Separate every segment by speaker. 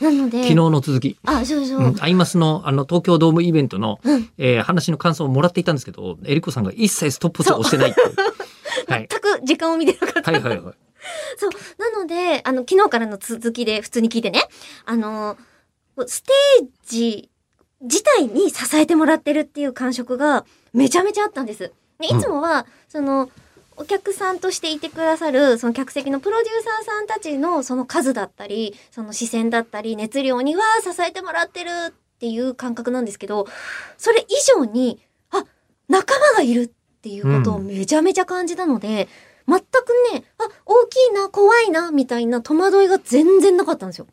Speaker 1: なので
Speaker 2: 昨日の続き。
Speaker 1: あそうそう、
Speaker 2: うんアイマスのあの東京ドームイベントの、
Speaker 1: うん
Speaker 2: えー話の感想をもらっていたんですけど、えりこさんが一切ストップボタンを押してないっていう。 はい。
Speaker 1: 全く時間を見てなかった、
Speaker 2: はいはいはい。
Speaker 1: そうなのであの昨日からの続きで普通に聞いてねあのステージ自体に支えてもらってるっていう感触がめちゃめちゃあったんです。で
Speaker 2: うん
Speaker 1: いつもは、そのお客さんとしていてくださるその客席のプロデューサーさんたちのその数だったりその視線だったり熱量には支えてもらってるっていう感覚なんですけどそれ以上にあ仲間がいるっていうことをめちゃめちゃ感じたので、全くねあ大きいな怖いなみたいな戸惑いが全然なかったんですよ。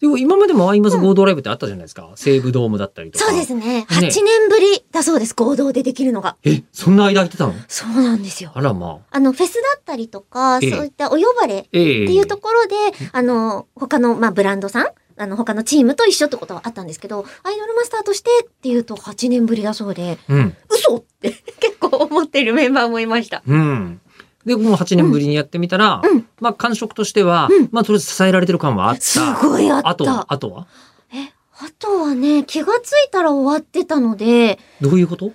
Speaker 2: でも今までもアイマス合同ライブってあったじゃないですか。西武ドームだったりとか。
Speaker 1: そうですね8
Speaker 2: ね
Speaker 1: 年ぶりだそうです合同でできるのが。
Speaker 2: え、そんな間空いてたの
Speaker 1: そうなんですよ。
Speaker 2: あらまあ。
Speaker 1: あのフェスだったりとか、
Speaker 2: ええ
Speaker 1: そういったお呼ばれ
Speaker 2: ええ
Speaker 1: っていうところで、あの、他の、まあ、ブランドさん、あの、他のチームと一緒ってことはあったんですけど、アイドルマスターとしてっていうと8年ぶりだそうで、
Speaker 2: うん。
Speaker 1: 嘘って 結構思ってるメンバーもいました。
Speaker 2: うん。で、この8年ぶりにやってみたら、
Speaker 1: うんうん
Speaker 2: まあ感触としては、
Speaker 1: うん
Speaker 2: まあとりあえず支えられてる感はあった。
Speaker 1: すごいあった。
Speaker 2: あとは、あとは
Speaker 1: え、あとはね、気がついたら終わってたので、
Speaker 2: どういうこと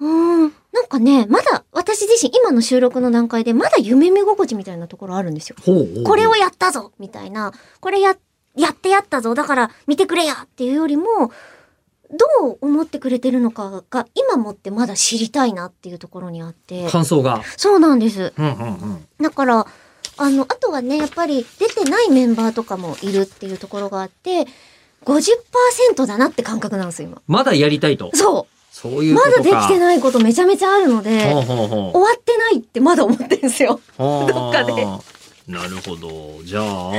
Speaker 1: うーん、なんかね、まだ、私自身、今の収録の段階で、まだ夢見心地みたいなところあるんですよ。
Speaker 2: ほうほうほう
Speaker 1: これをやったぞみたいな、これや、やってやったぞだから見てくれやっていうよりも、どう思ってくれてるのかが今もってまだ知りたいなっていうところにあって。
Speaker 2: 感想が。
Speaker 1: そうなんです。
Speaker 2: うんうんうん。
Speaker 1: だから、あの、あとはね、やっぱり出てないメンバーとかもいるっていうところがあって、50%だなって感覚なんですよ、今。
Speaker 2: まだやりたいと。
Speaker 1: そ
Speaker 2: そう
Speaker 1: う。
Speaker 2: いうこ
Speaker 1: ま
Speaker 2: とか。
Speaker 1: だできてないことめちゃめちゃあるの
Speaker 2: ほ
Speaker 1: で、
Speaker 2: うほうほう
Speaker 1: 終わってないってまだ思ってるんですよ。どっかで
Speaker 2: あーなるほど。じゃあ。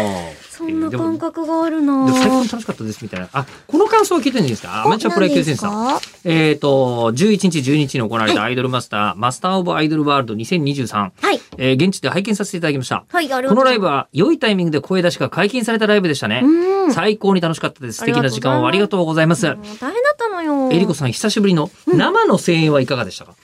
Speaker 1: そんな
Speaker 2: えーでも
Speaker 1: 感覚があるな
Speaker 2: で
Speaker 1: ぁ
Speaker 2: も最高に楽しかったですみたいな。あ、この感想を聞いてるんですかア
Speaker 1: お
Speaker 2: マチュアプロ野球選手さん。
Speaker 1: 何ですか
Speaker 2: えっ、と、11日、12日に行われたアイドルマスター、マスターオブアイドルワールド2023、
Speaker 1: はい。
Speaker 2: えー現地で拝見させていただきました。
Speaker 1: はい、ありが
Speaker 2: こと
Speaker 1: うご
Speaker 2: の
Speaker 1: ざ
Speaker 2: ラ
Speaker 1: い
Speaker 2: イブ
Speaker 1: ま
Speaker 2: は良いタイミングで声出しが解禁されたライブでしたね
Speaker 1: す。うん。
Speaker 2: 最高に楽しかったです。素敵な時間をあ
Speaker 1: あ
Speaker 2: り
Speaker 1: り
Speaker 2: が
Speaker 1: が
Speaker 2: とうございます。
Speaker 1: もう大変だったのよ。
Speaker 2: えりこさん、久しぶりの生の声援はいかがでしたか、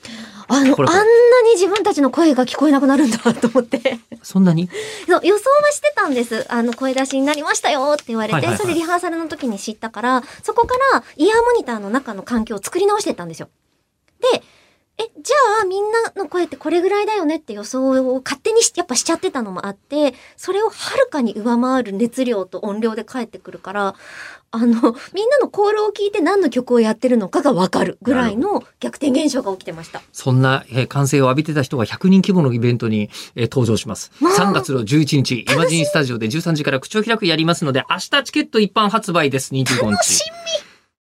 Speaker 1: あの、
Speaker 2: これ
Speaker 1: あんなに自分たちの声が聞こえなくなるんだと思って。
Speaker 2: そんなに
Speaker 1: そう、予想はしてたんです。あの、声出しになりましたよって言われて、
Speaker 2: はいはいはい
Speaker 1: それリハーサルの時に知ったから、そこからイヤーモニターの中の環境を作り直してったんですよ。で、え、じゃあみんなの声ってこれぐらいだよねって予想を勝手にしやっぱしちゃってたのもあって、それをはるかに上回る熱量と音量で返ってくるから、あの、みんなのコールを聞いて何の曲をやってるのかがわかるぐらいの逆転現象が起きてました。
Speaker 2: そんな、えー歓声を浴びてた人が100人規模のイベントに、えー登場します。
Speaker 1: わあ
Speaker 2: 3月の11日、イマジンスタジオで13時から口を開くやりますので、明日チケット一般発売です。25日。楽しみ